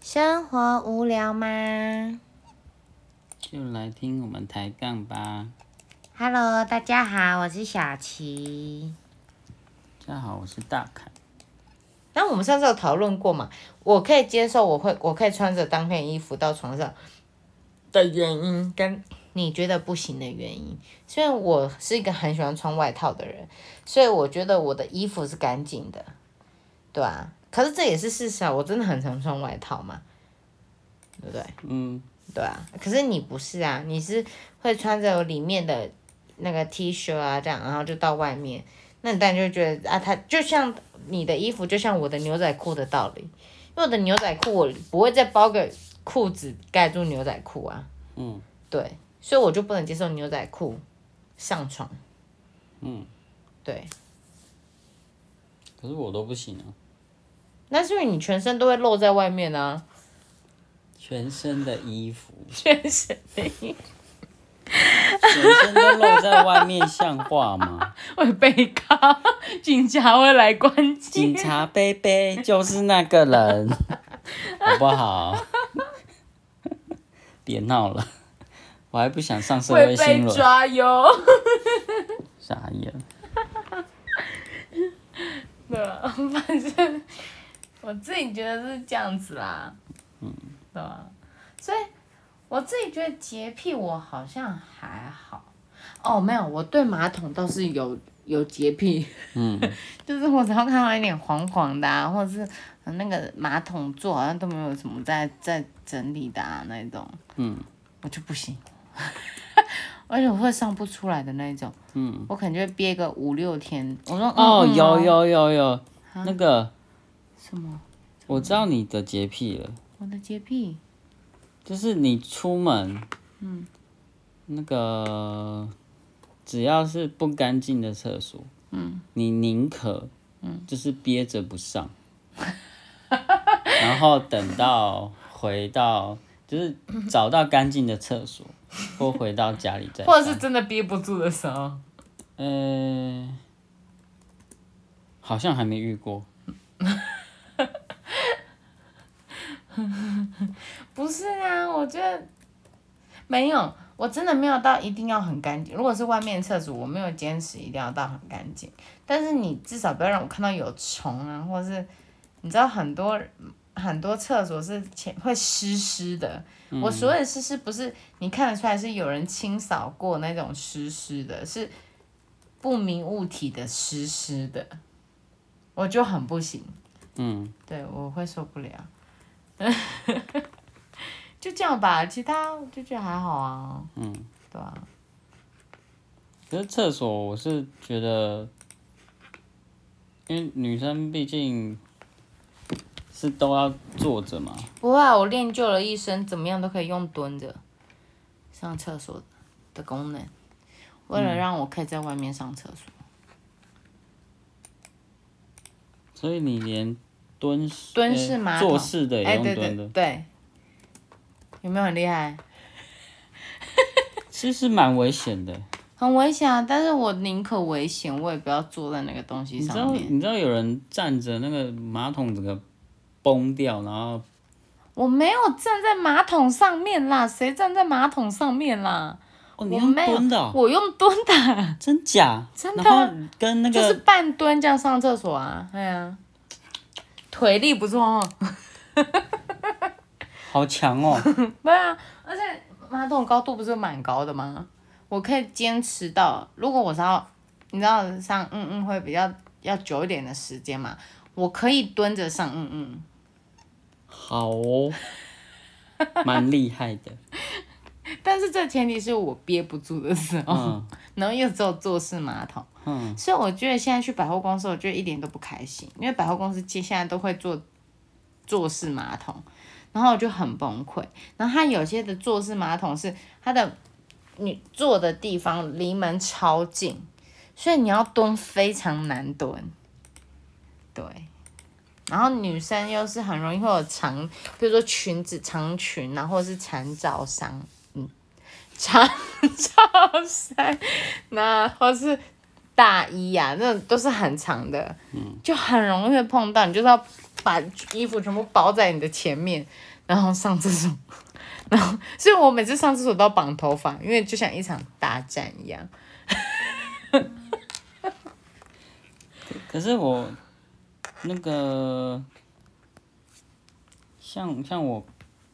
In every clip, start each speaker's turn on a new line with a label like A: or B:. A: 生活无聊吗
B: 就来听我们抬杠吧。
A: ？Hello，大家好，我是小琪。
B: 大家好，我是大凯。
A: 那我们上次有讨论过嘛？我可以接受，我会我可以穿着当天的衣服到床上的原因，跟你觉得不行的原因。虽然我是一个很喜欢穿外套的人，所以我觉得我的衣服是干净的，对啊。可是这也是事实啊，我真的很常穿外套嘛，对不对？
B: 嗯，
A: 对啊，可是你不是啊，你是会穿着里面的那个 T 恤啊，这样，然后就到外面，那你当然就会觉得啊，它就像你的衣服，就像我的牛仔裤的道理，因为我的牛仔裤我不会再包个裤子盖住牛仔裤啊，
B: 嗯，
A: 对，所以我就不能接受牛仔裤上床，
B: 嗯，
A: 对，
B: 可是我都不行啊，
A: 那是因为你全身都会露在外面啊，
B: 全身的衣服，
A: 全身，
B: 全身都露在外面，像话 吗？
A: 会被告，警察会来关
B: 警察贝贝就是那个 人，好不好？ 别闹了，我还不想上社会新闻。
A: 哟。
B: 傻眼，
A: 对啊， 反正我自己觉得是这样子啦。嗯，对啊，所以我自己觉得洁癖我好像还好。哦，没有，我对马桶倒是有有洁癖，
B: 嗯，
A: 就是我只要看到一点黄黄的啊，或者是那个马桶座好像都没有什么在在整理的啊那一种，
B: 嗯，
A: 我就不行， 而且我会上不出来的那一种，
B: 嗯，
A: 我可能就会憋个五六天。我说
B: 哦，
A: 嗯嗯
B: 有有有有，那个
A: 什么？
B: 我知道你的洁癖了。
A: 我的洁癖，
B: 就是你出门，嗯，那个只要是不干净的厕所，嗯，你宁可，嗯，就是憋着不上， 然后等到回到就是找到干净的厕 所，或回到家里再上，
A: 或者是真的憋不住的时候，
B: 呃，好像还没遇过，
A: 不是啊？我觉得没有，我真的没有到一定要很干净。如果是外面厕所，我没有坚持一定要到很干净，但是你至少不要让我看到有虫啊，或是你知道很多很多厕所是前会湿湿的。我所谓的湿湿，不是你看得出来是有人清扫过那种湿湿的，是不明物体的湿湿的，我就很不行。
B: 嗯，
A: 对，我会受不了。就这样吧，其他我就觉得还好啊。嗯，对啊，
B: 可是厕所我是觉得，因为女生毕竟是都要坐着嘛，
A: 不会、啊，我练就了一身，怎么样都可以用蹲着上厕所的功能，为了让我可以在外面上厕所，
B: 所以你连蹲式、呃
A: 蹲式马桶
B: 坐式的也
A: 哎、
B: 用
A: 对
B: 蹲的，
A: 对对，有没有很厉害？
B: 其实蛮危险的。
A: 很危险啊！但是我宁可危险，我也不要坐在那个东西
B: 你知
A: 上
B: 道
A: 面。
B: 你知道有人站着那个马桶整个崩掉，然后
A: 我没有站在马桶上面啦，谁站在马桶上面啦？
B: 哦，你
A: 我
B: 用
A: 没有
B: 蹲的哦、
A: 我用蹲的啊。
B: 真假？
A: 真的啊
B: 然后跟那个、
A: 就是半蹲这样上厕所啊，哎呀、腿力不错哦。
B: 好强哦，
A: 对啊，而且马桶高度不是蛮高的吗？我可以坚持到，如果我是要，你知道上嗯嗯会比较要久一点的时间嘛，我可以蹲着上嗯嗯，
B: 好哦，蛮厉害的。
A: 但是这前提是我憋不住的时候，
B: 嗯
A: 然后又只有坐式马桶。
B: 嗯，
A: 所以我觉得现在去百货公司，我觉得一点都不开心，因为百货公司接现在都会做坐式马桶，然后我就很崩溃。然后它有些的坐式马桶是它的你坐的地方离门超近，所以你要蹲非常难蹲，对。然后女生又是很容易会有长，比如说裙子长裙啊，或者是缠脚伤，嗯，缠脚伤， 那或是大衣呀、啊，那种都是很长的，就很容易会碰到，你就是要把衣服全部包在你的前面，然后上厕所， 然后所以我每次上厕所都要绑头发，因为就像一场大战一样。
B: 可是我那个像像我，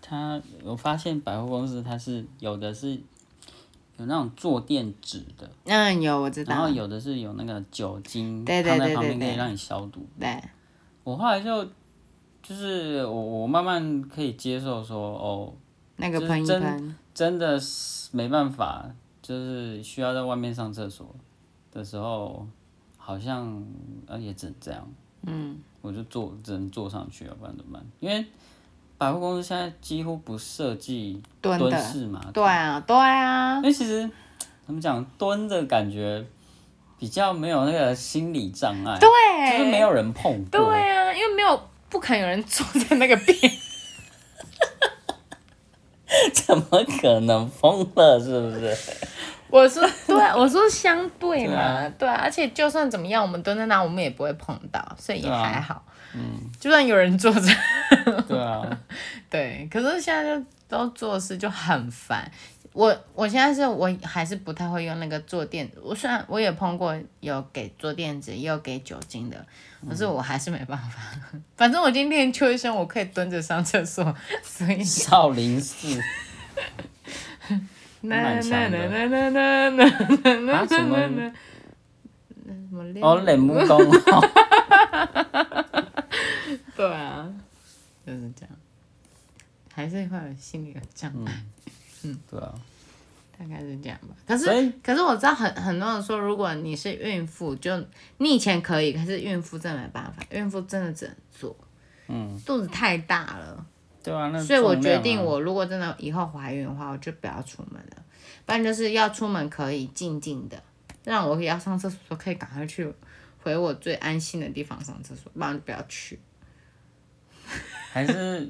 B: 他我发现百货公司它是有的是有那种坐垫纸的，
A: 嗯，有我知
B: 然后
A: 道，
B: 有的是有那个酒精
A: 对对
B: 放在
A: 对
B: 旁
A: 对
B: 边可以
A: 对
B: 让你消毒。
A: 对，
B: 我后来就就是我我慢慢可以接受说哦，
A: 那个
B: 就是
A: 喷一
B: 真
A: 喷，
B: 真的是没办法，就是需要在外面上厕所的时候，好像呃也只能这样。嗯，我就坐只能坐上去，要不然怎么办？因为百货公司现在几乎不设计
A: 蹲
B: 蹲
A: 的，
B: 式嘛，
A: 对啊，对啊
B: 因，哎为其实怎么讲，蹲的感觉比较没有那个心理障碍，
A: 对，
B: 就是没有人碰过。
A: 对啊，因为没有不可能有人坐在那个边，
B: 怎么可能疯了？是不是？
A: 我说对，我说相对嘛，
B: 对啊
A: 对啊，而且就算怎么样，我们蹲在那，我们也不会碰到，所以也
B: 对啊
A: 还好。嗯，就算有人坐着，
B: 对啊，
A: 对，可是现在就都做事就很烦。我我现在是我还是不太会用那个坐垫，我虽然我也碰过有给坐垫子，也有给酒精的，可是我还是没办法。反正我已经练秋一身，我可以蹲着上厕所，所以
B: 少林寺
A: 那
B: 蛮
A: 那
B: 强
A: 那
B: 的
A: 那那那那那那
B: 啊什么
A: 那那那什么练？
B: 哦，冷木工 哦，
A: 对啊，就是这样，还是会有心理的障碍，
B: 嗯对啊，
A: 大概是这样吧。可
B: 所
A: 是
B: 以
A: 可是我知道很很多人说，如果你是孕妇，就你以前可以，可是孕妇真的没办法，孕妇真的只能做，
B: 嗯，
A: 肚子太大了。
B: 对啊，那
A: 所以我
B: 重
A: 决
B: 量 啊
A: 定，我如果真的以后怀孕的话，我就不要出门了。不然就是要出门可以静静的，让我要上厕所都可以赶快去回我最安心的地方上厕所，不然就不要去。
B: 还是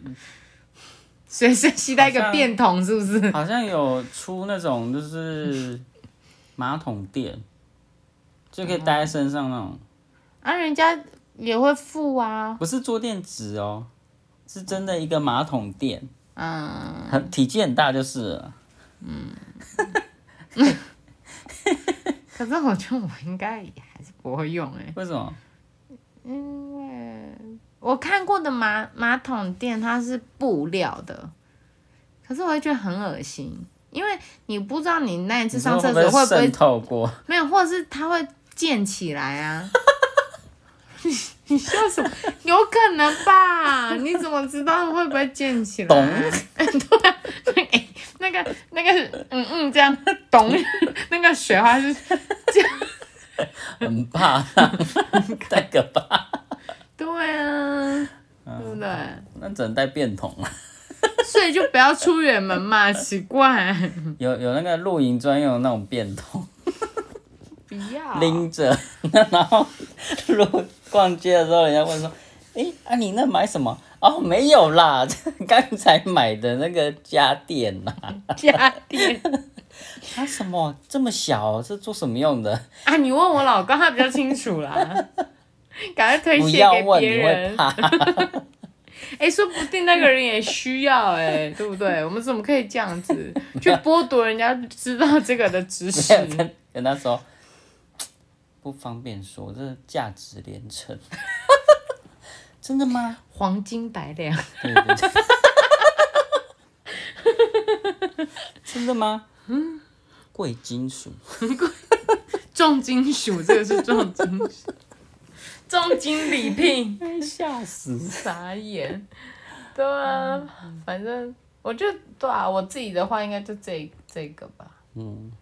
A: 随身携带一
B: 好
A: 个
B: 像
A: 便桶是不是？
B: 好像有出那种就是马桶垫，就
A: 哦
B: 可以带在身上那种，
A: 啊，人家也会付啊。
B: 不是坐垫纸哦，是真的一个马桶垫，
A: 嗯，
B: 很体积很大就是了。
A: 可是我觉得我应该也还是不会用哎、
B: 为什么？
A: 因为我看过的马马桶垫它是布料的，可是我会觉得很恶心，因为你不知道你那一次
B: 你
A: 上厕
B: 说
A: 所
B: 会
A: 会不会
B: 渗 透过？
A: 没有，或者是它会溅起来啊。你你笑什么？有可能吧？你怎么知道会不会溅起来？
B: 懂
A: 对， 哎那个那个，嗯嗯，这样懂？那个水花是
B: 很怕， 太可怕。
A: 对啊，
B: 嗯
A: 对不对？
B: 那只能带便桶啊了。
A: 所以就不要出远门嘛， 奇怪，
B: 有有那个露营专用的那种便桶，
A: 不要
B: 拎着，然后如果逛街的时候，人家问说：“诶，啊你那买什么？”哦，没有啦， 刚才买的那个家电啦。
A: 家电
B: 啊什么这么小？这做什么用的？
A: 啊！你问我老公，他比较清楚 啦。赶快推
B: 不
A: 卸
B: 要
A: 给
B: 问，
A: 别
B: 你会
A: 人。
B: 怕。
A: 哎、说不定那个人也需要哎、对不对？我们怎么可以这样子去剥夺人家知道这个的知识？
B: 跟跟他说，不方便说，这价值连城。 真的吗？
A: 黄金百两，
B: 对对对。 真的吗？嗯，贵金属。
A: 重金属，这个是重金 属，重金礼聘，
B: 吓 死！
A: 傻眼。对啊，反正我就对啊，我自己的话应该就这这个吧。
B: 嗯，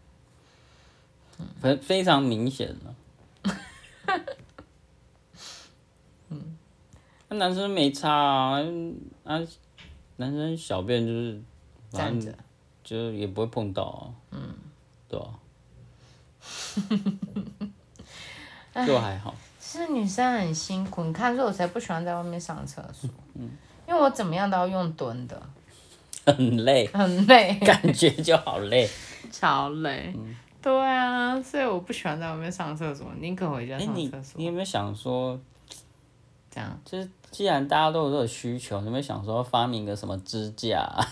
B: 非非常明显了。嗯，那男生没差啊，啊，男生小便就是
A: 站着，
B: 就是也不会碰到啊。嗯，对啊。就还好，
A: 是女生很辛苦，你看，所以我才不喜欢在外面上厕所。因为我怎么样都要用蹲 的，
B: 很累，
A: 很累。嗯
B: 感觉就好累。
A: 超累。对啊，所以我不喜欢在外面上厕所，宁可回家
B: 哎、
A: 上
B: 你
A: 厕所。
B: 你有没有想说，
A: 这样。
B: 就是既然大家都有这个需求，你们想说发明个什么支架啊、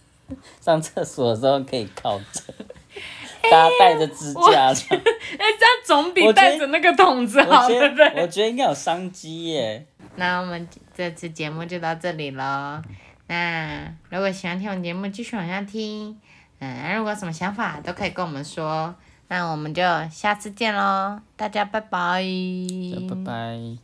B: 上厕所的时候可以靠着， 大家带着支架这样。
A: 哎、这样总比
B: 我觉得
A: 带着那个桶子好，
B: 我觉
A: 对不对？
B: 得我觉得应该有商机耶。
A: 那我们这次节目就到这里喽。那如果喜欢听我们节目，继续往下听。嗯，那如果有什么想法都可以跟我们说。那我们就下次见喽，大家拜拜。
B: 拜拜。